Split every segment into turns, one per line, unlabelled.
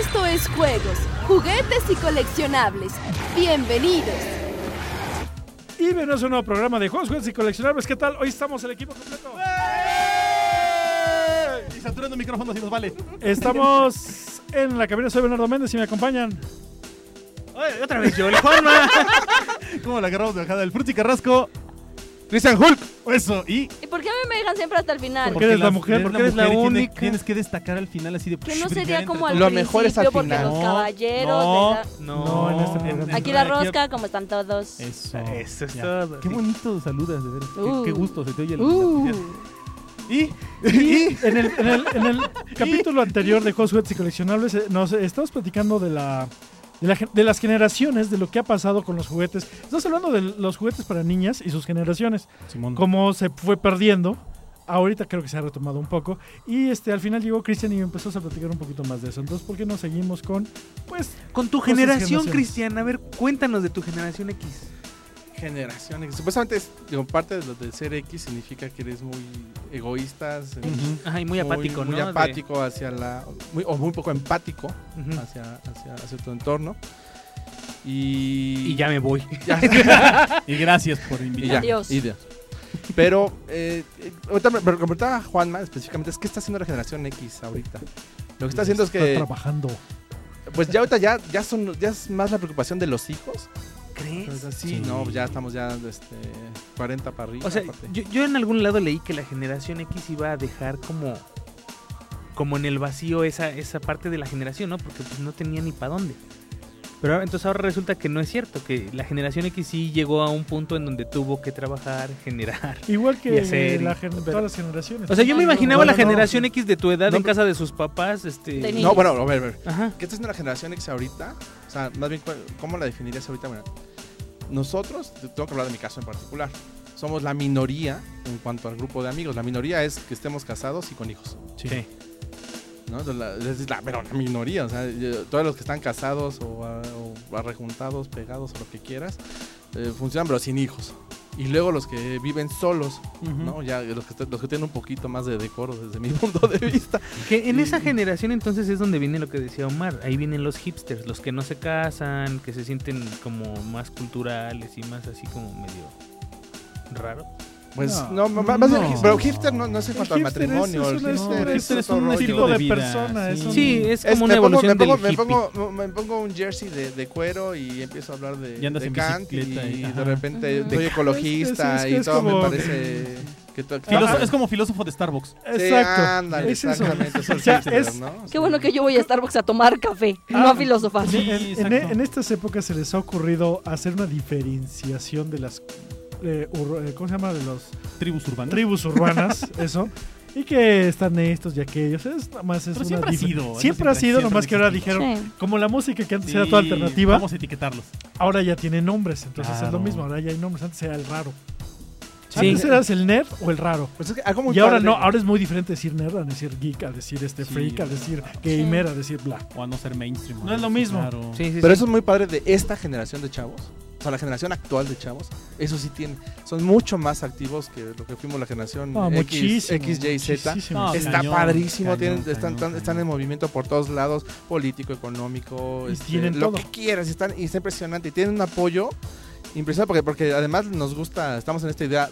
Esto es Juegos, Juguetes y Coleccionables. Bienvenidos.
Y bienvenidos a un nuevo programa de Juegos, Juegos y Coleccionables. ¿Qué tal? Hoy estamos el equipo completo.
Y saturando micrófonos si nos vale.
Estamos en la cabina, soy Bernardo Méndez y me acompañan.
Ay, otra vez yo, el Juanma. ¿Cómo la agarramos de bajada? El Fruti Carrasco.
Christian Hulk.
Eso, y.
¿y por qué a mí me dejan siempre hasta el final?
Porque eres la
las-
mujer, porque eres la
mujer y tiene-
única.
tienes que destacar al final así de.
Que no
brillar
sería
entre
como al
todos.
Lo mejor es al
principio porque
final.
los
No,
caballeros.
No,
de
no,
No, en este programa.
la- Aquí la rosca, como están todos.
Eso.
Eso es
Ya.
todo.
Qué bonito saludas, de veras. Qué-
Uh.
Qué, gusto se te oye el.
Uh,
Y.
Y en el, en el- en el capítulo anterior de Juegos, Juguetes y Coleccionables eh, nos estamos platicando de la... De, la gen- de las generaciones, de lo que ha pasado con los juguetes. Estamos hablando de los juguetes para niñas y sus generaciones.
Simón.
Cómo se fue perdiendo. Ahorita creo que se ha retomado un poco. Y este al final llegó Cristian y empezó a platicar un poquito más de eso. Entonces, ¿por qué no seguimos con, pues,
Con tu
Cosas
generación,
generaciones.
Cristian, a ver, cuéntanos de tu generación X.
Generación X. Supuestamente, es- digo, parte de lo del ser X significa que eres muy egoísta, se-
Ujú.
Ay, muy apático,
muy
¿no? De-
apático hacia la. muy- o muy poco empático
Ujú.
hacia, hacia, hacia tu entorno. Y.
Y ya me voy.
Ya.
Y gracias por
Y
invitar.
ya,
Adiós.
y ya. Pero, eh, eh, ahorita me me comentaba Juanma específicamente, es que está haciendo la generación X ahorita. Lo que está haciendo es
está
que,
trabajando?
pues ya ahorita ya, ya, son, ya es más la preocupación de los hijos.
¿Crees?
Entonces, sí,
Sí.
no, ya estamos ya este, 40 para arriba.
O sea,
aparte.
yo, yo en algún lado leí que la generación X iba a dejar como como en el vacío esa, esa parte de la generación, ¿no? Porque pues, no tenía ni para dónde. Pero ahora- entonces ahora resulta que no es cierto, que la generación X sí llegó a un punto en donde tuvo que trabajar, generar.
Igual
Y
que
hacer y-
la gen- todas las generaciones.
O sea, yo me
No, no,
imaginaba
no,
la
no, no.
generación X de tu edad
No,
en
pero-
casa de sus papás, este...
De niños.
no, bueno, a ver, a ver.
Ajá.
¿Qué está haciendo la generación X ahorita? O sea, más bien, ¿cuál- ¿cómo la definirías ahorita? Mira, nosotros, te- tengo que hablar de mi caso en particular, somos la minoría en cuanto al grupo de amigos. La minoría es que estemos casados y con hijos.
Sí.
¿no? De la- es la- pero la minoría, o sea, yo- todos los que están casados o, ah, o arrejuntados, pegados o lo que quieras, eh, funcionan pero sin hijos. Y luego los que viven solos, ¿no? Ya los que, los que tienen un poquito más de decoro desde mi punto de vista.
Que en
Y-
esa generación entonces es donde viene lo que decía Omar, ahí vienen los hipsters, los que no se casan, que se sienten como más culturales y más así como medio raro.
Pues
No,
no, ma- más bien,
no.
pero hipster no, no es en
El
cuanto al
hipster es-
matrimonio.
es
el
una-
hipster
no,
es
hipster es
otro
un
rollo.
estilo de
vida,
persona, es
sí.
un-
Sí, es como
Mm. Es-
una
me pongo-
evolución
me pongo,
del
me
hippie.
pongo- me pongo un jersey de, de cuero y empiezo a hablar de,
Y andas
de
en
Kant y,
bicicleta y-
de
ajá.
repente
Ujú.
soy
De-
ecologista
Es- es-
y
es
todo me
como-
parece que todo-
Filoso-
Ah,
es como filósofo de Starbucks.
Exacto.
Sí, ándale,
es eso.
exactamente. es el
O sea,
hipster,
es-
¿no?
Qué bueno que yo voy a Starbucks a tomar café, no a filosofar.
Sí,
en, en-
exacto.
e-
en estas épocas se les ha ocurrido hacer una diferenciación de las. eh, ur- eh, ¿Cómo se llama? De los
Tribus urbanas.
tribus urbanas, eso. Y que están estos y aquellos. Es nada más es
Pero
una
siempre ha
difer-
sido,
Siempre,
¿no?
ha
Siempre-
sido,
siempre
nomás que ahora
existió.
dijeron.
Sí.
Como la música que antes
Sí,
era toda alternativa,
Vamos a etiquetarlos.
ahora ya tiene nombres. Entonces es lo
Claro.
mismo, ahora ya hay nombres. Antes era el raro.
Sí.
Antes eras el nerd o el raro.
Pues es que algo muy
y ahora
padre-
no, ahora es muy diferente decir nerd a decir geek, a decir este
Sí,
freak, a
claro.
decir gamer, a decir bla.
O a no ser mainstream.
No es lo mismo.
Claro.
Sí, sí,
Pero
sí. Ah,
eso es muy padre de esta generación de chavos. O sea, la generación actual de chavos. Eso sí tienen. Son mucho más activos que lo que fuimos la generación
Ah,
No,
X,
muchísimo.
X, Y, Z.
muchísimo.
No,
Está
Cañón,
padrísimo,
cañón,
tienen,
cañón,
están, están-
cañón.
están en movimiento por todos lados, político, económico,
Y
este,
tienen
lo
todo.
que quieras, están, y está impresionante, y tienen un apoyo impresionante porque, porque además nos gusta, estamos en esta idea,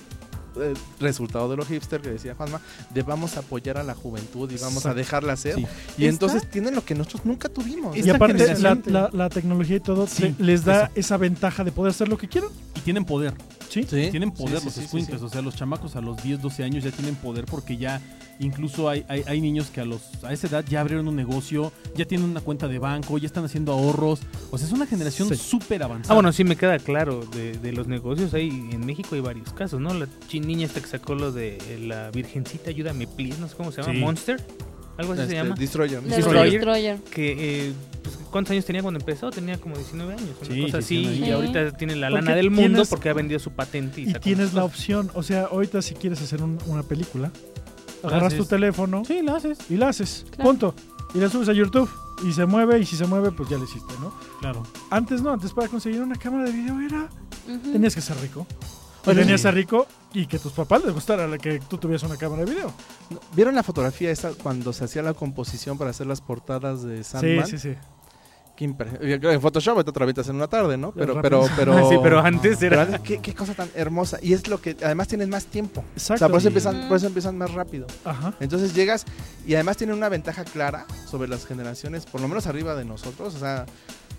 eh, resultado de lo hipster que decía Juanma, de vamos a apoyar a la juventud y vamos a
Exacto.
dejarla hacer,
Sí.
y
Esta-
entonces tienen lo que nosotros nunca tuvimos.
y
Esta
aparte, la,
generación-
la- la tecnología y todo
Sí,
te- les da esa ventaja de poder hacer lo que quieran.
Y tienen poder.
Sí.
Sí,
Tienen
sí,
poder
sí,
los
sí, sí,
escuincles, o sea, los chamacos a los 10, 12 años ya tienen poder porque ya incluso hay, hay, hay niños que a los a esa edad ya abrieron un negocio, ya tienen una cuenta de banco, ya están haciendo ahorros. O sea, es una generación
Sí.
súper avanzada.
Ah, bueno, sí me queda claro, de, de los negocios ahí en México hay varios casos, ¿no? La chi- niña esta que sacó lo de eh, la Virgencita, ayúdame, please, no sé cómo se llama,
Sí.
Monster, algo así
Este,
se llama.
Destroyer.
De
Destroyer.
Destroyer.
que eh, pues, ¿cuántos años tenía cuando empezó? Tenía como 19 años, una
Sí,
cosa así,
19
y
años.
ahorita tiene la
Porque
lana del mundo
tienes-
porque ha vendido su patente y,
Y
sacó
tienes
sus
la
cosas.
opción. O sea, ahorita si quieres hacer un- una película,
La
agarras
haces.
tu teléfono
Sí, la haces.
y la haces.
Claro.
Punto. Y la subes a YouTube. Y se mueve, y si se mueve, pues ya lo hiciste, ¿no?
Claro.
Antes no, antes para conseguir una cámara de video era.
Ujú.
Tenías que ser rico. y venías a rico y que tus papás les gustara la que tú tuvieras una cámara de video.
¿Vieron la fotografía esa cuando se hacía la composición para hacer las portadas de
Sí,
Sandman?
sí, sí.
Qué impre- Yo creo que En Photoshop te atravesas en una tarde, ¿no? Pero, pero, pero.
Pero... Ah, Sí, pero antes
pero
era...
antes, Ah, ¿qué, qué cosa tan hermosa. Y es lo que. Además tienen más tiempo.
Exacto.
O sea, por eso,
y-
empiezan, por eso empiezan más rápido.
Ajá.
Entonces llegas y además tienen una ventaja clara sobre las generaciones, por lo menos arriba de nosotros, o sea,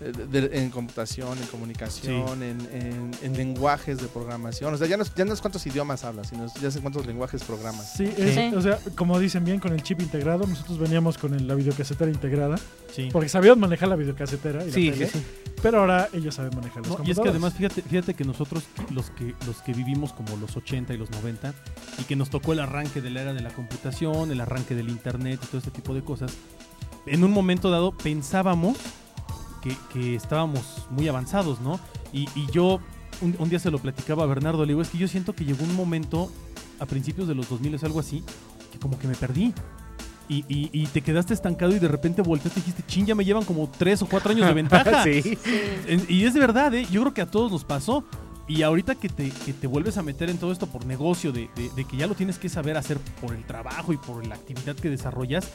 eh, de- de- en computación, en comunicación, en, en- en lenguajes de programación. O sea, ya no, es- ya no es cuántos idiomas hablas, sino es- ya sé cuántos lenguajes programas.
Sí, es-
Sí.
o sea, como dicen bien, con el chip integrado, nosotros veníamos con el- la videocasetera integrada,
Sí.
porque sabíamos manejar la videocasetera y la
Sí,
tele,
sí, sí.
pero ahora ellos saben manejar las
No, y es que además, fíjate, fíjate que nosotros, los que, los que vivimos como los 80 y los 90, y que nos tocó el arranque de la era de la computación, el arranque del internet y todo este tipo de cosas, en un momento dado pensábamos que, que estábamos muy avanzados, ¿no? Y, y yo un, un día se lo platicaba a Bernardo, le digo, es que yo siento que llegó un momento a principios de los 2000 o algo así, que como que me perdí. Y, y- y te quedaste estancado y de repente volteaste y dijiste, ching, ya me llevan como 3 o 4 años de ventaja.
Sí.
En- Y es de verdad, ¿eh? Yo creo que a todos nos pasó. Y ahorita que te, que te vuelves a meter en todo esto por negocio, de, de- de que ya lo tienes que saber hacer por el trabajo y por la actividad que desarrollas,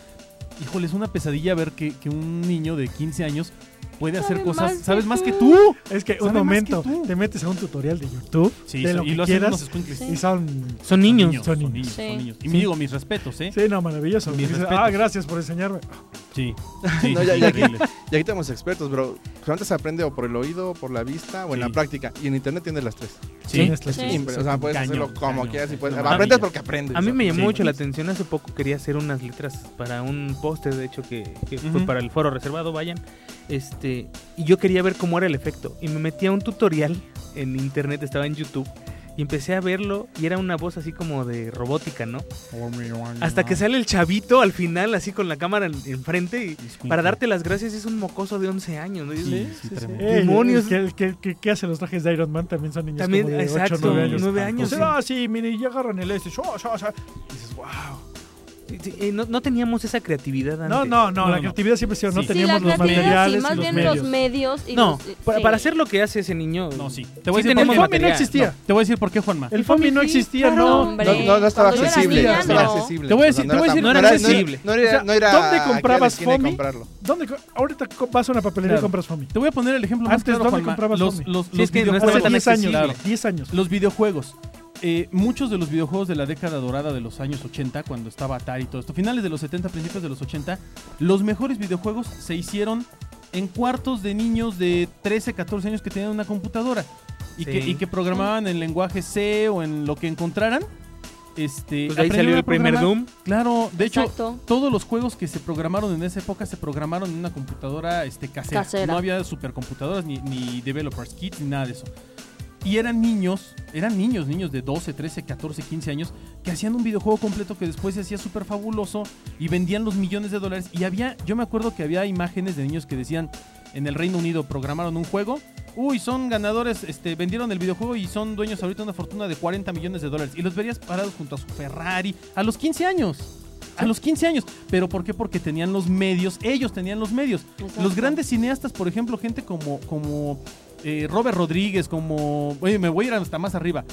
híjole, es una pesadilla ver que, que un niño de 15 años puede hacer
Sabe
cosas,
más que
¿sabes más que
tú.
tú?
Es que un
sabe más
momento,
que tú.
te metes a un tutorial de YouTube
Sí,
de
sí,
lo
y
que
lo hacen unos
quieras
escuincles.
y son...
Son niños.
son
son
niños.
niños, son
Sí.
niños. Y
Sí.
digo, mis respetos, ¿eh?
Sí, no, maravilloso.
Mis
Dices,
respetos.
ah, gracias por enseñarme.
Sí. Sí,
No,
sí,
ya-
sí,
ya-
increíble.
Y aquí tenemos expertos, pero antes se aprende o por el oído, o por la vista, o en la
Sí.
práctica. Y en internet tienes las tres.
Sí.
Tienes las-
Sí.
Impre- o sea, puedes
Cañón,
hacerlo como
cañón.
quieras y
Es
puedes.
una
aprendes
maravilla.
porque aprendes.
A mí me llamó
Sí.
mucho la atención hace poco, quería hacer unas letras para un póster, de hecho, que, que fue
Ujú.
para el foro reservado, vayan. Este, y yo quería ver cómo era el efecto. Y me metí a un tutorial en internet, estaba en YouTube, y empecé a verlo, y era una voz así como de robótica, ¿no? Hasta que sale el chavito al final, así con la cámara en- enfrente, y para darte las gracias es un mocoso de 11 años, ¿no? Y dices,
Sí,
"Eh,
sí, tremendo.
Ey,
Demonios.
¿qué, qué, qué, qué hacen los trajes de Iron Man? También son niños
También,
como de 8
exacto,
o 9 años.
nueve
Pues,
años.
ah, sí, mire, y agarran el este. yo, yo, yo. Y Dices, wow.
Sí, sí, eh, no, no teníamos esa creatividad antes.
No, no, no,
No,
la
no.
creatividad siempre ha sido, no
Sí,
Sí.
la
teníamos los
creatividad,
materiales
sí,
y
más
los
bien
medios.
los medios. Y
No,
los-
para,
sí.
para hacer lo que hace ese niño. pues,
No, sí. Te
Te
voy a decir por
tenemos
qué.
el FOMI no existía.
Te voy a decir por qué, Juanma.
El FOMI no
sí,
existía,
claro,
no.
hombre.
No, no, no estaba
Cuando yo era
accesible.
niña,
No estaba
no.
accesible.
Te voy a
O sea,
decir- te voy a
era
decir,
tan-
no
era
no era-
accesible.
No era,
O sea,
no era
¿dónde
aquí al
comprabas
cine
Fomi?
comprarlo.
¿Dónde, co- ahorita co- vas a una papelería y
Claro.
compras FOMI.
Te voy a poner el ejemplo más
Antes,
claro,
¿dónde
Juanma.
comprabas
los,
FOMI?
los,
Sí,
los
es que no
videojuegos.
estaba
Hace
tan
10 años,
Claro.
güey, 10 años.
Los videojuegos. Eh, muchos de los videojuegos de la década dorada de los años 80, cuando estaba Atari y todo esto, finales de los 70, principios de los 80, los mejores videojuegos se hicieron en cuartos de niños de 13, 14 años que tenían una computadora y,
Sí.
que, y que programaban en lenguaje C o en lo que encontraran. Este,
Pues de ahí salió
aprendieron a
el primer
programar.
Doom.
Claro, de hecho,
Exacto.
todos los juegos que se programaron en esa época se programaron en una computadora este, casera.
Casera.
No había supercomputadoras ni, ni developers kits ni nada de eso. Y eran niños, eran niños, niños de 12, 13, 14, 15 años que hacían un videojuego completo que después se hacía súper fabuloso y vendían los millones de dólares. Y había, yo me acuerdo que había imágenes de niños que decían en el Reino Unido programaron un juego. Uy, son ganadores, este, vendieron el videojuego y son dueños ahorita de una fortuna de 40 millones de dólares. Y los verías parados junto a su Ferrari a los 15 años. A los 15 años. ¿Pero por qué? Porque tenían los medios. Ellos tenían los medios.
Exacto.
Los grandes cineastas, por ejemplo, gente como, como eh, Robert Rodríguez, como. Oye, me voy a ir hasta más arriba.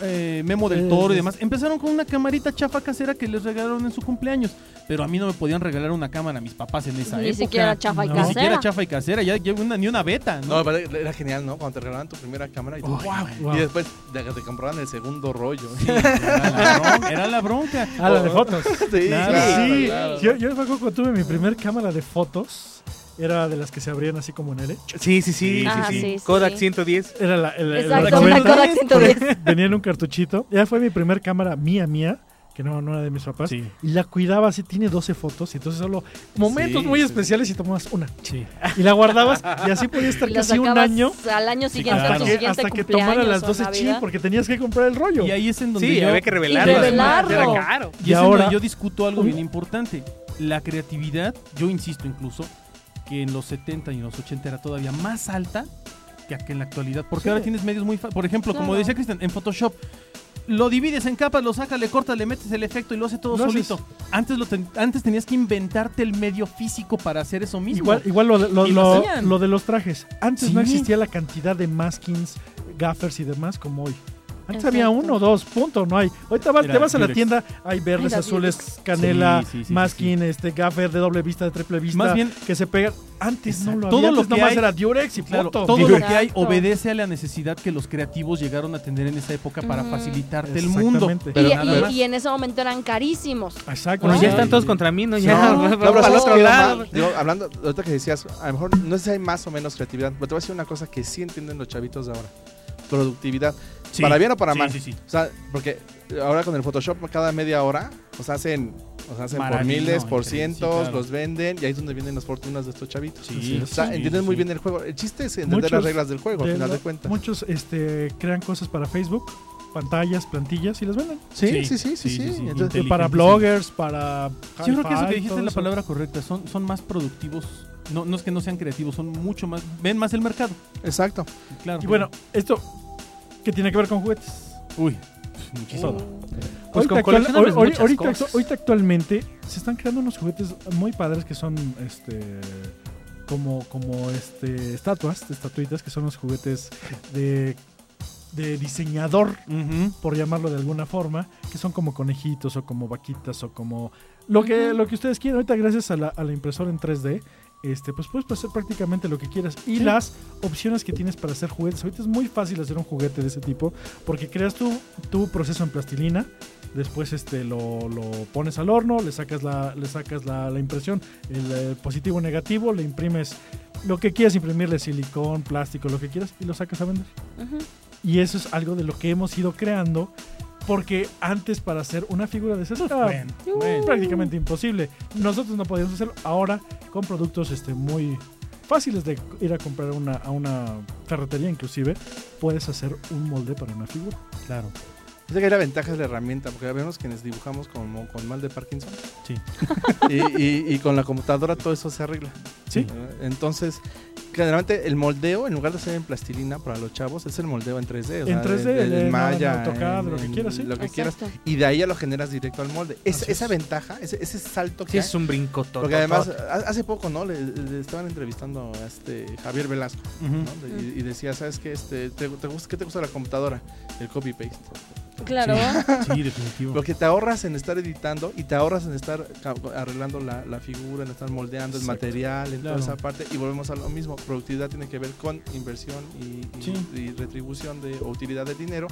eh, Memo del
Eh,
Toro
es-
y demás. Empezaron con una camarita chafa casera que les regalaron en su cumpleaños. Pero a mí no me podían regalar una cámara a mis papás en esa
Ni
época.
siquiera chafa y
No.
Ni siquiera
casera.
chafa y casera, ya, ya una- ni una beta, ¿no?
No, pero era genial, ¿no? Cuando te regalaban tu primera cámara y, tú,
Uy,
¡guau!
Wow.
y después te, te compraban el segundo rollo.
Sí, era, la bronca, era la bronca.
Ah, la de fotos.
Sí,
Claro,
sí,
claro.
yo, yo me acuerdo cuando tuve mi primer cámara de fotos, era de las que se abrían así como en L.
Sí, sí, sí,
Ah,
sí, sí.
sí, sí.
Kodak 110.
Era la, el- el- la
Exacto, una
90.
Kodak 110.
Venía en un cartuchito. Ya fue mi primer cámara mía, mía, que no, no era de mis papás.
Sí.
Y la cuidaba así, tiene 12 fotos. Y entonces solo momentos
Sí,
muy
sí.
especiales y tomabas una.
Sí.
Y la guardabas y así podía estar
Y la
casi un
sacabas
año
Al año siguiente,
claro.
a tu
hasta que,
siguiente
hasta que
cumpleaños
tomara las
o
12 chi
Navidad.
porque tenías que comprar el rollo.
Y ahí es en donde
Sí,
yo,
había que revelarlo.
Y revelarlo.
Era caro.
y es en
ahora-
donde yo discuto algo bien
Uy.
importante. La creatividad, yo insisto incluso, que en los 70 y en los 80 era todavía más alta que acá en la actualidad. Porque
Sí.
ahora tienes medios muy... fa- Por ejemplo, como
Claro.
decía Cristian, en Photoshop, lo divides en capas, lo sacas, le cortas, le metes el efecto y lo hace todo
Lo haces.
solito. Antes, lo ten- antes tenías que inventarte el medio físico para hacer eso mismo.
Igual, igual lo, de- lo-
Y lo
lo-
hacían.
lo de los trajes. Antes no
Sí.
existía la cantidad de maskins, gaffers y demás como hoy. Antes había
Exacto.
uno o dos, punto, no hay. Ahorita vas-
Era
te vas a la
Durex.
tienda, hay verdes,
Era
azules, canela,
Sí, sí, sí, sí,
masking, este gaffer de doble vista, de triple vista,
Más bien-
que se pega. Antes no lo había,
Exacto. Todo lo
antes
que
nomás
hay-
era Durex y
Claro,
punto.
todo lo que hay
Exacto.
obedece a la necesidad que los creativos llegaron a tener en esa época para
Ujú.
facilitarte el mundo.
Exactamente.
Y,
Pero nada
y-
más.
y en ese momento eran carísimos.
Exacto.
Bueno,
No.
ya están todos contra mí, ¿no? Ya,
No,
vamos
no, pero
para el
¿sabes
otro
qué es lo
lado.
malo? Digo, hablando, ahorita que decías, a lo mejor no sé si hay más o menos creatividad, pero te voy a decir una cosa que sí entienden los chavitos de ahora. Productividad.
Sí,
Para bien o para
sí,
mal.
sí, sí.
O sea, porque ahora con el Photoshop cada media hora, pues hacen, pues hacen por
Maravilla,
miles, por
increíble, sí,
cientos,
claro.
los venden y ahí es donde vienen las fortunas de estos chavitos.
Sí,
O sea,
sí,
entienden
sí,
muy
sí.
bien el juego. El chiste es entender
Muchos
las reglas del juego, al
De
final
la-
de cuentas.
Muchos este, crean cosas para Facebook, pantallas, plantillas y las venden.
Sí, sí, sí, sí, sí.
sí, sí, sí.
Entonces,
Y para
Inteligentes,
bloggers, para.
Yo creo que eso
hi-fi,
que dijiste
todo
es la
eso.
palabra correcta. Son, son más productivos. No, no es que no sean creativos, son mucho más. Ven más el mercado.
exacto.
Claro.
Y bueno, esto que tiene que ver con juguetes.
Uy, muchísimo.
Pues
ahorita,
con
actual-
coleccionables
ahor-
muchas
ahorita-
cosas.
ahorita actualmente se están creando unos juguetes muy padres que son este como, como este estatuas, estatuitas, que son los juguetes de, de diseñador,
Ujú.
por llamarlo de alguna forma, que son como conejitos o como vaquitas o como lo que, lo que ustedes quieran. Ahorita gracias a la, a la impresora en 3D, este, pues puedes hacer prácticamente lo que quieras. Y las opciones que tienes para hacer juguetes, ahorita es muy fácil hacer un juguete de ese tipo, porque creas tu, tu proceso en plastilina. Después este, lo, lo pones al horno, le sacas la, le sacas la, la impresión, el, eh, positivo negativo, le imprimes lo que quieras imprimirle, silicón, plástico, lo que quieras, y lo sacas a vender.
Ujú.
Y eso es algo de lo que hemos ido creando. Porque antes para hacer una figura de esas era
Bueno, bueno.
prácticamente imposible. Nosotros no podíamos hacerlo. Ahora con productos este, muy fáciles de ir a comprar una, a una ferretería inclusive, puedes hacer un molde para una figura.
Claro.
Dice que hay la ventaja de la herramienta, porque habemos quienes dibujamos con, con mal de Parkinson.
Sí.
y, y- y con la computadora todo eso se arregla.
Sí.
¿Verdad? Entonces, generalmente el moldeo, en lugar de ser en plastilina para los chavos, es el moldeo en 3D. o sea,
En 3D, en- en
Maya,
AutoCAD, lo que quieras, sí.
Lo que quieras.
Exacto.
Y de ahí ya lo generas directo al molde. Es-
Así
esa
es.
ventaja, ese, ese salto que
Sí,
hay,
es un brinco todo.
Porque además, ha- hace poco, ¿no? Le, le estaban entrevistando a este Javier Velasco,
Ujú.
¿no? De- y, y decía, ¿sabes qué? Este, te, te gusta, ¿Qué te gusta de la computadora? El copy-paste.
Claro.
Sí, definitivo.
Lo que te ahorras en estar editando y te ahorras en estar ca- arreglando la, la figura, en estar moldeando el
Exacto.
material, en
Claro.
toda esa parte. Y volvemos a lo mismo. Productividad tiene que ver con inversión y, y-
Sí.
y retribución de o utilidad de dinero.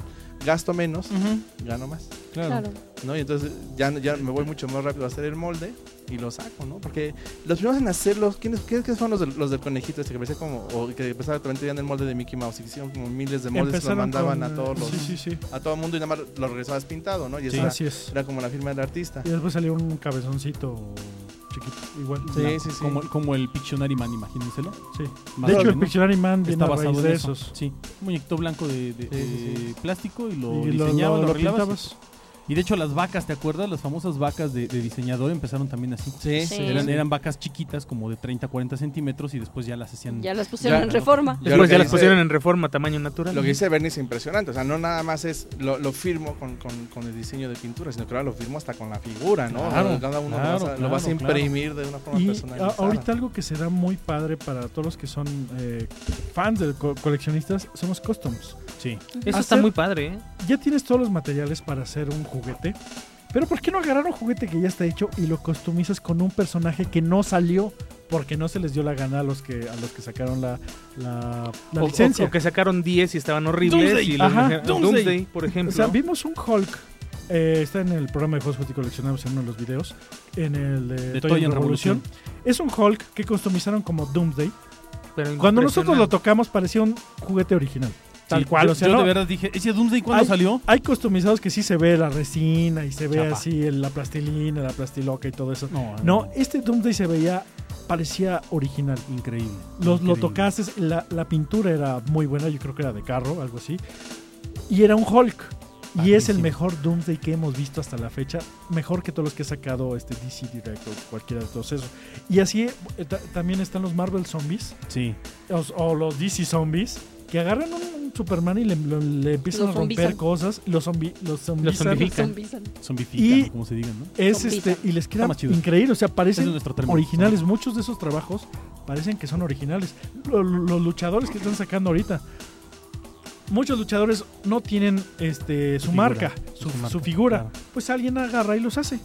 Gasto menos,
Ujú,
gano más.
Claro.
¿no? Y entonces ya, ya me voy mucho más rápido a hacer el molde y lo saco, ¿no? Porque los primeros en hacerlos, ¿quiénes, quiénes quiénes fueron los, del- los del conejito este que parecía como, o que empezaron también tenían el molde de Mickey Mouse y que hicieron como miles de moldes que los mandaban
con,
a todos los...
Sí, sí, sí.
A todo el mundo y nada más lo regresabas pintado, ¿no? Y
Sí.
esa-
Así es.
era como la firma del artista.
Y después salió un cabezoncito chiquito, igual.
Sí,
Blanco.
sí, sí.
Como, como el Pictionary Man, imagínenselo.
Sí.
Más
De hecho,
o
el
menos.
Pictionary Man viene
Está
a
basado
raíz
en
de
eso.
esos.
Sí, un muñequito blanco de, de-
Sí, sí, sí.
de plástico y lo
y lo,
diseñaba,
lo-
lo,
lo
arreglabas.
pintabas.
Y de hecho las vacas, ¿te acuerdas? Las famosas vacas de, de diseñador empezaron también así.
Sí,
Sí.
Eran, eran vacas chiquitas como de 30, 40 centímetros y después ya las hacían...
Ya las pusieron
Ya,
en
no.
reforma.
Yo lo
Después
que
ya las
hice-
pusieron en reforma tamaño natural.
Lo que dice Bernie es impresionante. O sea, no nada más es lo, lo firmo con, con- con el diseño de pintura, sino que ahora lo firmo hasta con la figura, ¿no?
Claro,
O sea, Cada uno lo
claro,
vas a- lo vas a,
claro, claro.
imprimir de una forma
Y
personalizada.
a- ahorita algo que se da muy padre para todos los que son eh, fans de co- coleccionistas son los customs.
Sí.
Eso está
hacer-
muy padre, ¿eh?
Ya tienes todos los materiales para hacer un juguete, pero ¿por qué no agarrar un juguete que ya está hecho y lo customizas con un personaje que no salió porque no se les dio la gana a los que a los que sacaron la, la, la
O- o-
licencia?
O, que sacaron 10 y estaban horribles.
Doomsday,
y los
ajá,
dejaron-
Doomsday.
Doomsday, por ejemplo.
O sea, vimos un Hulk. eh, está en el programa de Juegos Juguetes y Coleccionables en uno de los videos. En el de,
De
Toy
Toy
and
and
Revolution. Es un Hulk que customizaron como Doomsday.
pero
Cuando nosotros lo
impresionante.
tocamos parecía un juguete original. Tal
Sí,
cual.
yo,
o sea,
yo
no-
de verdad dije, ¿ese Doomsday cuándo
Ay.
salió?
hay customizados que sí se ve la resina y se ve
Chapa.
así el- la plastilina, la plastiloca y todo eso.
No,
No, este Doomsday se veía, parecía original.
Increíble.
Los, lo
increíble.
tocaste, la, la pintura era muy buena, yo creo que era de carro, algo así. Y era un Hulk. Y es el
Padrísimo.
mejor Doomsday que hemos visto hasta la fecha. Mejor que todos los que ha sacado este DC Direct o cualquiera de todos esos. Y así eh, ta- también están los Marvel Zombies
Sí.
o, o los DC Zombies. Que agarran un, un Superman y le, lo- le empiezan
Lo
a romper
zombizan.
cosas. Los, zombi, los zombizan.
zombifican.
Zombies.
Pues Zombifican,
Y-
como se digan, ¿no?
Es
Zombizan.
este, y les queda
Está más chido.
increíble. O sea,
Ese es
parecen
nuestro término.
originales. Muchos de esos trabajos parecen que son originales. Lo- lo- Los, luchadores que están sacando ahorita muchos luchadores no tienen este, su,
Su figura,
marca, su,
su marca,
su figura.
claro.
Pues alguien agarra y los hace.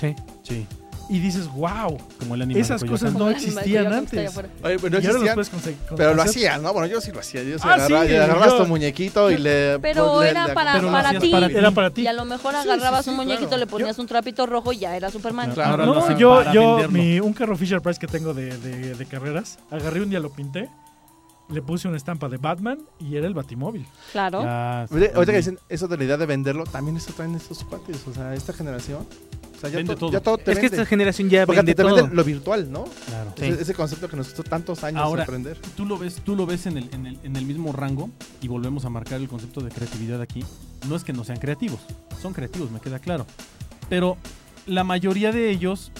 Sí.
Sí,
Y dices, wow,
como el anime.
esas
de
cosas
Coyoacán.
no
Como el Michael
existían
Jackson que está allá
antes.
afuera.
Oye, pero no
Y ahora los
existían,
puedes conseguir.
Pero lo hacías, ¿no? Bueno, yo sí lo hacía. Yo sí
Ah,
agarraba-
sí,
le agarrabas
yo-
tu muñequito y le.
Pero
pues, le-
era
le-
para-
Pero lo
para
hacías
ti.
Era para ti.
Y a lo mejor
Sí, sí,
agarrabas
sí,
un muñequito,
claro.
le ponías un trapito rojo y ya era Superman.
Claro.
Ahora lo
no,
hacen
yo,
para
yo
venderlo.
mi, un carro Fisher Price que tengo de, de- de carreras, agarré un día, lo pinté, le puse una estampa de Batman y era el Batimóvil.
Claro.
Ya, Ah, sí,
Mire, Ahorita que
también.
dicen eso de la idea de venderlo, también eso traen estos cuates. O sea, esta generación. O sea, ya,
Vende
to-
todo.
ya todo te
Es que
vende.
esta generación ya
Porque
vende
te
todo.
venden lo virtual, ¿no?
Claro.
Sí.
Ese, ese concepto que nos costó tantos años
Ahora-
aprender.
Tú lo ves, tú lo ves en, el, en, el, en el mismo rango y volvemos a marcar el concepto de creatividad aquí. No es que no sean creativos, son creativos, me queda claro. Pero la mayoría de ellos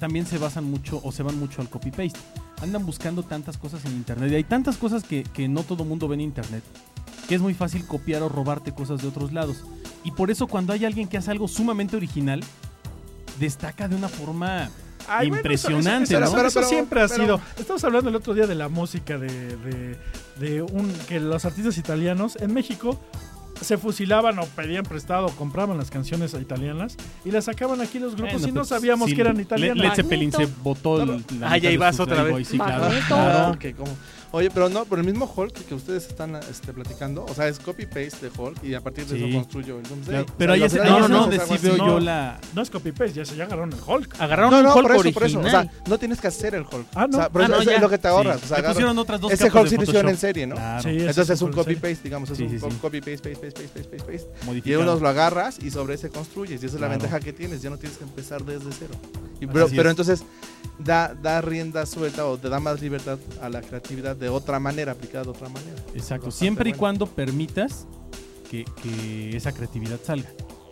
también se basan mucho o se van mucho al copy-paste. Andan buscando tantas cosas en internet y hay tantas cosas que, que no todo mundo ve en internet que es muy fácil copiar o robarte cosas de otros lados. Y por eso cuando hay alguien que hace algo sumamente original, destaca de una forma... Impresionante,
eso, eso-
¿no?
eso- eso
Pero-
siempre ha
pero-
sido. Estamos hablando el otro día de la música de, de- de un que los artistas italianos en México se fusilaban o pedían prestado o compraban las canciones italianas y las sacaban aquí los grupos
Bueno,
y no
pues,
sabíamos
sí,
que eran
Le-
italianas.
Led Zeppelin se
Magneto.
botó el, la
Ah,
mitad
ya
de
ibas
sus
otra vez.
Playboy, sí, claro.
Magneto.
Claro.
que como- Oye, pero no, pero el mismo Hulk que ustedes están este, platicando, o sea, es copy-paste de Hulk y a partir de
Sí.
eso construyo el Doomsday.
Claro,
O sea,
Pero ahí
lo
es,
que-
ahí
no,
es
no,
donde
es
sí
algo
veo
así. Ah,
yo
No.
la...
No es copy-paste, ya se ya agarraron el Hulk.
Agarraron
No,
un
no,
Hulk
por eso, por
original.
eso. O sea, no tienes que hacer el Hulk.
Ah, no.
O sea, por
Ah,
eso
no,
eso
ya.
es lo que te ahorras.
Sí.
O sea,
Le
agarras-
pusieron otras dos
Ese
capas
Hulk
de
sí lo hicieron en
Photoshop.
serie, ¿no?
Claro,
Sí, ese
Entonces es un
Hulk serie.
copy-paste, digamos, es
Sí, sí,
un
sí.
copy-paste, paste, paste, paste, paste, paste, paste. Y
modificado.
unos lo agarras y sobre ese construyes. Y esa es la
Claro.
ventaja que tienes, ya no tienes que empezar desde cero. Y
Así
pero,
es.
pero entonces da, da rienda suelta o te da más libertad a la creatividad de otra manera, aplicada de otra manera.
Exacto.
Bastante
Siempre y
bueno.
cuando permitas que, que esa creatividad salga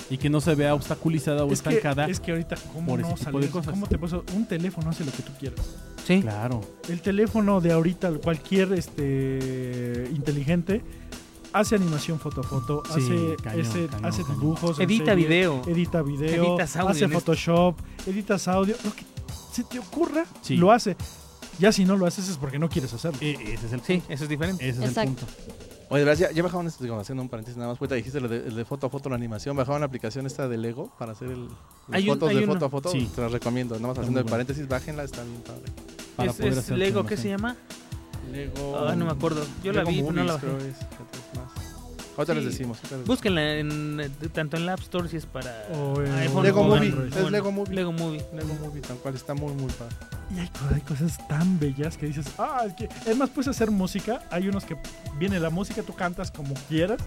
y que no se vea obstaculizada o
Es que,
estancada.
es que ahorita, ¿cómo
por
no
ese tipo
salió
de
eso?
cosas.
¿Cómo te puso? Un teléfono hace lo que tú quieras.
Sí.
Claro.
El teléfono de ahorita, cualquier este inteligente, hace animación foto a foto,
Sí,
hace,
cañón,
ese-
cañón,
hace
cañón.
dibujos. en
Edita
serie,
video.
Edita video,
Editas audio
hace
en esto.
Photoshop, editas audio. Lo que se te ocurra,
Sí.
lo hace. Ya si no lo haces es porque no quieres hacerlo.
E- ese es el
Sí,
punto.
eso es diferente.
Ese es el
Exacto.
punto.
Oye, gracias. Ya, ya bajaron esto, digo, haciendo un paréntesis nada más, ahorita dijiste lo de, el de foto a foto, la animación. Bajaron la aplicación esta de Lego para hacer el, las
Hay un-
fotos
hay
de
uno.
foto a foto.
Sí.
Te las recomiendo. Nada más
Está
haciendo
muy
el
bueno.
paréntesis, bájenla, está bien padre.
Para
es
poder
es
hacer tu
Lego, ¿qué se
animación.
llama?
Lego.
Ah, no me acuerdo. Yo la
Oh, Lego
vi, pero no
Movies,
la bajé.
creo es, que es más. Ahorita
Sí.
les decimos. ahorita les-
Búsquenla en, eh, tanto en la App Store si es para
O en
eh,
iPhone
Lego
o
Movie.
Android.
Es Lego Movie.
Lego Movie.
Lego Movie, tal cual. Está muy, muy padre.
Y hay, co- hay cosas tan bellas que dices, ah, es que. Es más, puedes hacer música. Hay unos que viene la música, tú cantas como quieras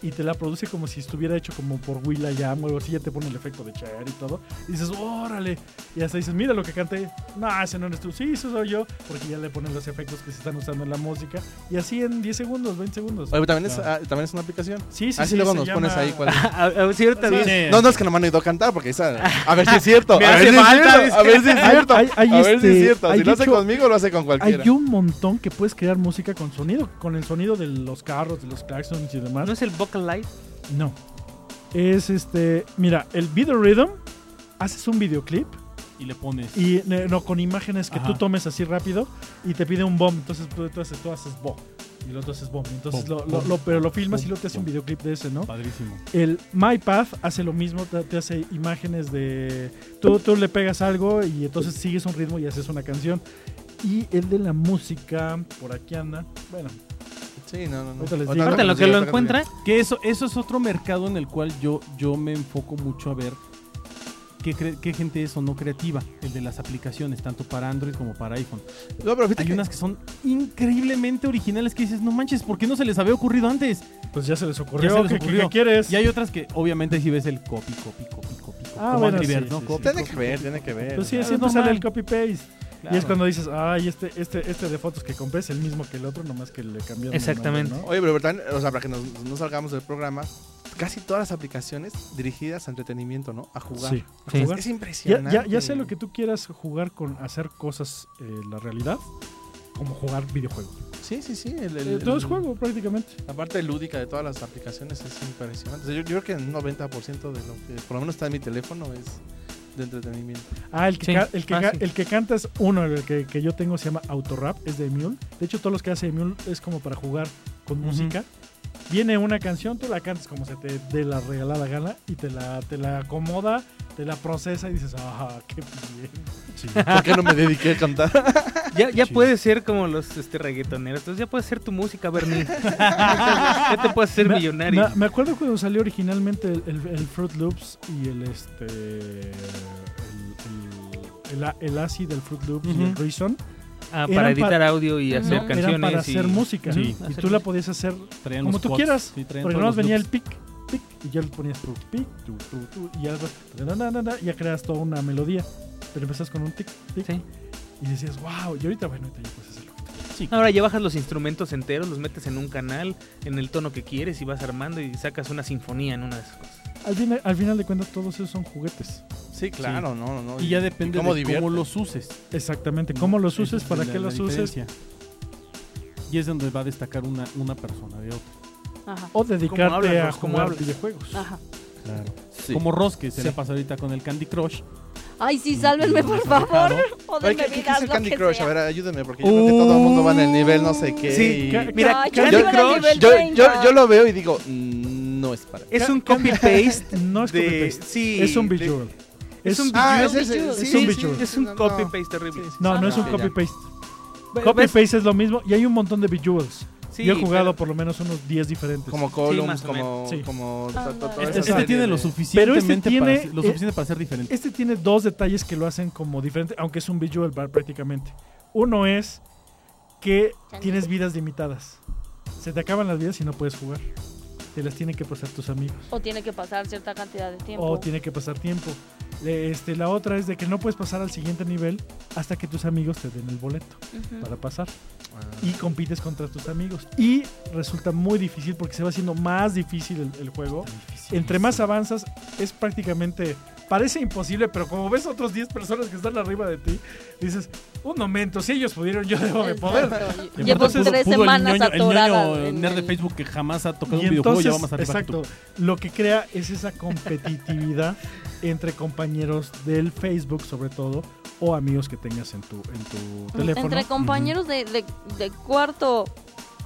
y te la produce como si estuviera hecho como por Will I Am o algo así. Ya te pone el efecto de Cher y todo. Y dices, órale. Y hasta dices, mira lo que canté. No, ese no eres tú. Sí, eso soy yo. Porque ya le ponen los efectos que se están usando en la música. Y así en 10 segundos, 20 segundos.
Oye, pero también, es,
Claro.
ah, también es una aplicación.
Sí, sí,
Así
sí,
luego
se
nos
llama-
pones ahí cuál es.
A, a- a- sí, ahorita
Sí.
vi-
Sí.
No, no es que nomás no he ido a cantar porque esa. A ver si es cierto.
Me
a,
hace
ver si es
falta,
cierto
dice.
a ver si es
Hay-
cierto.
hay- hay
a ver si
este,
es cierto.
hay
Si lo hace
dicho-
conmigo, lo hace con cualquiera.
Hay un montón que puedes crear música con sonido, con el sonido de los carros, de los claxons y demás.
¿No es el Vocal Live?
No. Es este. Mira, el video rhythm. Haces un videoclip
Y le pones.
y eh, no con imágenes que
Ajá.
tú tomes así rápido y te pide un bomb. Entonces tú, tú haces, tú haces bo. Y lo otro haces bomb. Entonces
Bom,
lo, lo-
bom,
lo- pero lo filmas
bom,
y luego te hace un
bom.
videoclip de ese, ¿no?
Padrísimo.
El MyPath hace lo mismo, te, te hace imágenes de... Tú, tú le pegas algo y entonces sigues un ritmo y haces una canción. Y el de la música, por aquí anda. Bueno,
Sí, no, no. no.
Ahorita les
Ahorita
digo.
Ahorita en lo que lo
ahorita
encuentra.
Que eso, eso es otro mercado en el cual yo, yo me enfoco mucho a ver qué, cre- qué gente es o no creativa. El de las aplicaciones, tanto para Android como para iPhone.
No, pero fíjate
Hay
que-
unas que son increíblemente originales que dices, no manches, ¿por qué no se les había ocurrido antes?
pues ya se les ocurrió.
Ya se les
¿qué- qué-
ocurrió.
qué quieres?
Y hay otras que obviamente si ves el copy, copy, copy, copy.
Ah,
como
bueno,
Angry
sí,
Birds,
sí,
¿no?
sí,
Copy,
Tiene
copy,
que ver, tiene que ver.
Pues sí,
o sea,
siempre
es
sale
normal.
el copy-paste.
claro.
Y es cuando dices, ay, este, este, este de fotos que compré es el mismo que el otro, nomás que le cambiaron. el
Exactamente.
nombre,
Oye, pero verdad, o sea, para que nos, no salgamos del programa, casi todas las aplicaciones dirigidas a entretenimiento, ¿no? A
¿no?
jugar.
Sí.
A
Sí.
jugar. Es
Ya,
impresionante.
ya, ya sea lo que tú quieras jugar con hacer cosas eh, la realidad, como jugar videojuegos.
Sí, sí, sí. El, el-
Eh, todo es
el-
juego prácticamente.
La parte lúdica de todas las aplicaciones es impresionante. O sea, yo, yo creo que el 90% de lo que por lo menos está en mi teléfono es de entretenimiento.
Ah, el que,
Sí.
ca- el que,
Ah,
ca-
sí.
el que canta es uno, el que, que yo tengo se llama Autorap, es de Emule. De hecho, todos los que hace Emule es como para jugar con
Ujú.
música. Viene una canción, tú la cantas como se te dé la regalada gana y te la, te la acomoda, te la procesa y dices, ah, qué bien.
¿Por qué no me dediqué a cantar?
Ya, ya
Sí.
puedes ser como los este, reggaetoneros. Entonces ya puedes ser tu música, Bernie. ya te puedes ser
Me-
millonario.
Me, me acuerdo cuando salió originalmente el, el- el Fruit Loops y el este. El, el, el, el ASI del Fruit Loops y el
Ujú.
Reason.
Ah,
eran
para editar
para-
audio y hacer
No,
canciones.
Eran para
y-
hacer música.
Sí.
Y tú la podías hacer
Traían
como
los
tú
quads.
quieras.
Sí, traían
porque
todos
nomás
los
venía el
loops.
pic, pic, y ya le ponías tu pic, tu, tu, tu, y algo. na, na, na, na, y ya creas toda una melodía. Pero empezas con un tic, tic.
Sí.
Y decías, wow. Y ahorita, bueno, ahorita ya puedes hacerlo.
Sí,
Ahora ya bajas los instrumentos enteros, los metes en un canal, en el tono que quieres y vas armando y sacas una sinfonía en una de esas cosas.
Al, fin- al final de cuentas, todos esos son juguetes.
Sí, claro, no, no, no.
Y ya depende
cómo
de
divierte?
cómo los uses.
Exactamente. ¿Cómo los
Esa
uses?
es
¿Para
la-
qué
la
los uses?
diferencia. Y es donde va a destacar una, una persona de otra.
Ajá.
O dedicarte
hablas,
a
Ross? ¿Cómo
jugar
hablas?
videojuegos.
Ah.
Ajá.
Sí.
Como Ross, que se
Sí.
le pasó ahorita con el Candy Crush.
Ay, sí, sálvenme, por favor. O
Oye,
de
¿qué,
mi
qué
vida,
es el
lo
Candy
que
Crush?
sea.
A ver, ayúdame, porque yo creo que todo el mundo va en el nivel no sé qué.
Sí,
y-
ca-
Yo-
Mira,
Ay, yo
Candy
iba en el
Crush,
nivel
yo, yo,
30.
yo lo veo y digo, mm, no es para ti.
Es un
Ca-
copy-paste.
No es
de-
copy-paste.
Sí,
es un
de-
visual.
Es un
Ah,
visual.
es ese,
Es
sí,
un
sí,
visual.
sí,
Es un
no,
copy-paste terrible.
Sí, sí,
No,
Ah,
no es un
ya.
copy-paste.
Ve- ves-
Copy-paste es lo mismo y hay un montón de visuals.
sí,
Yo he jugado
pero-
por lo menos unos 10 diferentes.
Como
Sí,
columns,
más o
como...
menos,
sí.
como
Ándale.
to- to- toda
Este-
esa
este
Este
serie
tiene
de-
lo suficientemente
tiene,
para, lo
eh,
suficiente para ser diferente.
Este tiene dos detalles que lo hacen como diferente, aunque es un visual bar prácticamente. Uno es que tienes vidas limitadas. Se te acaban las vidas y no puedes jugar. Te las tienen que pasar tus amigos.
O tiene que pasar cierta cantidad de tiempo.
O tiene que pasar tiempo. Le- Este, la otra es de que no puedes pasar al siguiente nivel hasta que tus amigos te den el boleto
Ujú.
para pasar.
Ah.
y compites contra tus amigos. Y resulta muy difícil porque se va haciendo más difícil el, el juego. e Entre más avanzas, es prácticamente. Parece imposible, pero como ves otros 10 personas que están arriba de ti, dices, un momento, si ellos pudieron, yo debo de poder.
Exacto.
Y
Llevo
aparte pudo-
tres
pudo
semanas
el ñoño,
atorada.
El ñoño
en
nerd de
el-
Facebook que jamás ha tocado
Y
un videojuego ya
entonces,
va más arriba que tú.
exacto, lo que crea es esa competitividad entre compañeros del Facebook, sobre todo, o amigos que tengas en tu, en tu teléfono.
Entre compañeros de, de, de cuarto.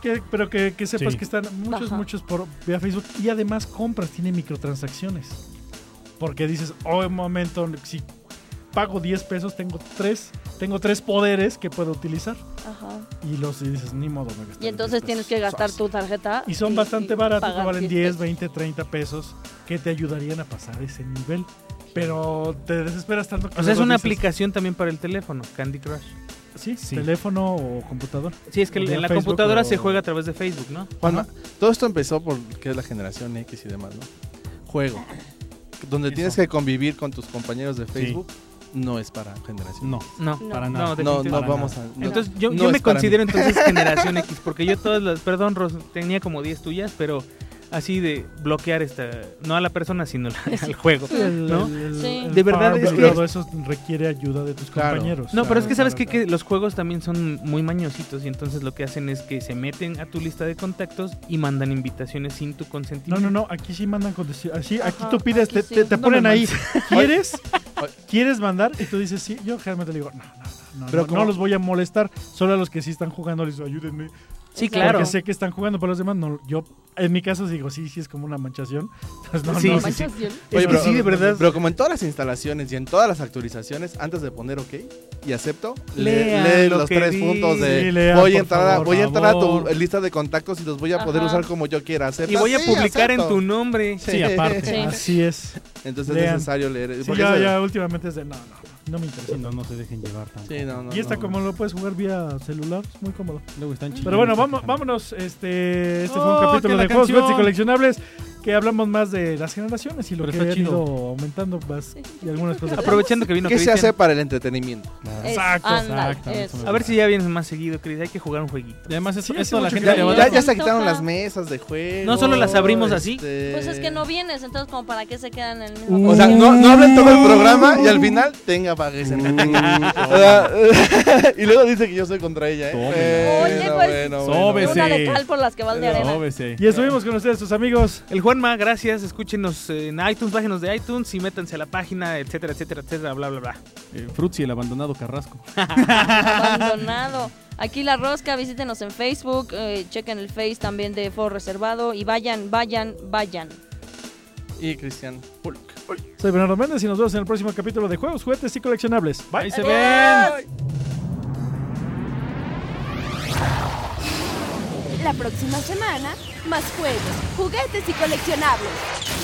que- pero que, que sepas
Sí.
que están muchos,
Ajá.
muchos por vía Facebook. Y además compras, tiene microtransacciones. Porque dices, oh, un momento, si pago 10 pesos, tengo tres, tengo tres poderes que puedo utilizar.
Ajá.
Y los y dices, ni modo, me gasté
Y entonces
10
tienes
pesos".
que gastar
Sas.
tu tarjeta.
Y son bastante
y
baratos, te
pagar
valen 10,
pesos.
20, 30 pesos, que te ayudarían a pasar ese nivel. Pero te desesperas tanto que...
O sea, es
luego
una
dices,
aplicación también para el teléfono, Candy Crush.
Sí,
Sí.
teléfono o computador.
Sí, es que
Vía
en la
Facebook
computadora
o-
se juega a través de Facebook, ¿no?
Juanma, todo esto empezó porque es la generación X y demás, ¿no? Juego. Donde
Eso.
tienes que convivir con tus compañeros de Facebook, no es para generación.
No,
No.
No.
para
No,
nada.
no,
definitivamente.
no vamos a... no-
Entonces, yo,
no
yo me
es para mí.
considero entonces generación X, porque yo todas las, perdón, Ros, tenía como 10 tuyas, pero así de bloquear esta, no a la persona, sino la- al juego. ¿No?
Sí.
De verdad
Farm
es
y
que-
todo eso requiere ayuda de tus
Claro.
compañeros.
No, pero es
Claro,
que sabes
claro,
que, que los juegos también son muy mañositos y entonces lo que hacen es que se meten a tu lista de contactos y mandan invitaciones sin tu
No, no,
consentimiento.
no, aquí sí mandan con deci- así, aquí
Ajá,
tú pides,
aquí
te,
sí.
te- te
No
ponen
me
ahí, ¿quieres?
Oye.
¿Quieres mandar? Y tú dices sí, yo generalmente le digo, no, no, no, no,
Pero
no,
como-
los voy a molestar, solo a los que sí están jugando les digo, ayúdenme,
Sí,
Claro.
claro.
porque sé que están jugando, pero los demás no, yo en mi caso digo, sí, sí es como una manchación. Entonces, no,
Sí,
no,
sí,
es
Manchación.
que
Oye, pero-
sí, de verdad.
Pero como en todas las instalaciones y en todas las actualizaciones, antes de poner OK y acepto, le,
Lean
lee
lo
los
que
tres
dice.
puntos de
Sí, lean,
voy, a
por
entrar a,
favor,
voy a entrar a tu
favor.
lista de contactos y los voy a poder
Ajá.
usar como yo quiera.
Y voy a publicar en tu nombre.
Sí, aparte.
Sí.
Así es.
Entonces
Lean.
es necesario leer.
Sí,
porque
ya,
eso-
ya últimamente es de, no, no, no, no me interesa.
Sí, no, no se dejen llevar tampoco.
Sí, no, no,
y esta
no.
como lo puedes jugar vía celular, es muy cómodo.
Luego están
Pero
chillando,
bueno,
están
vamos,
quejando.
vámonos. Este, este fue
Oh,
un capítulo
que la
de juegos, juguetes y
canción.
coleccionables que hablamos más de las generaciones y lo
Pero
que
está
han
chido.
ido aumentando más y algunas cosas.
Aprovechando que vino
¿Qué se
Cristian.
hace para el entretenimiento?
Claro.
Es-
Exacto,
ándale,
exacto,
es-
eso me
A ver si ya vienes más seguido, Cris. Hay que jugar un jueguito.
Y además eso,
Sí, hace
esto a la
mucho
gente
Ya,
le
Pero
va a
ya-
dar-
ya se
Antoja.
quitaron las mesas de juego. este,
No solo las abrimos así.
Pues es que no vienes, entonces como para qué se quedan en el mismo
O sea, no, no hablen todo el programa y al final tenga pagues. y luego dice que yo soy contra ella, ¿eh?
Tómela.
Oye, pues,
Sóbese.
Una de cal por las que van de arena.
No, vese.
Y estuvimos con ustedes, sus amigos.
El Juanma, gracias. Escúchenos en iTunes, bájenos de iTunes y métanse a la página, etcétera, etcétera, etcétera, bla, bla, bla.
Eh, Fruzzi, el abandonado Carrasco.
abandonado.
Aquí La Rosca, visítenos en Facebook, eh, chequen el Face también de Foro Reservado y vayan, vayan, vayan.
Y Cristian Pulk.
Soy Bernardo Méndez y nos vemos en el próximo capítulo de Juegos, Juguetes y Coleccionables. Bye.
Ahí se ven.
La próxima semana, más juegos, juguetes y coleccionables.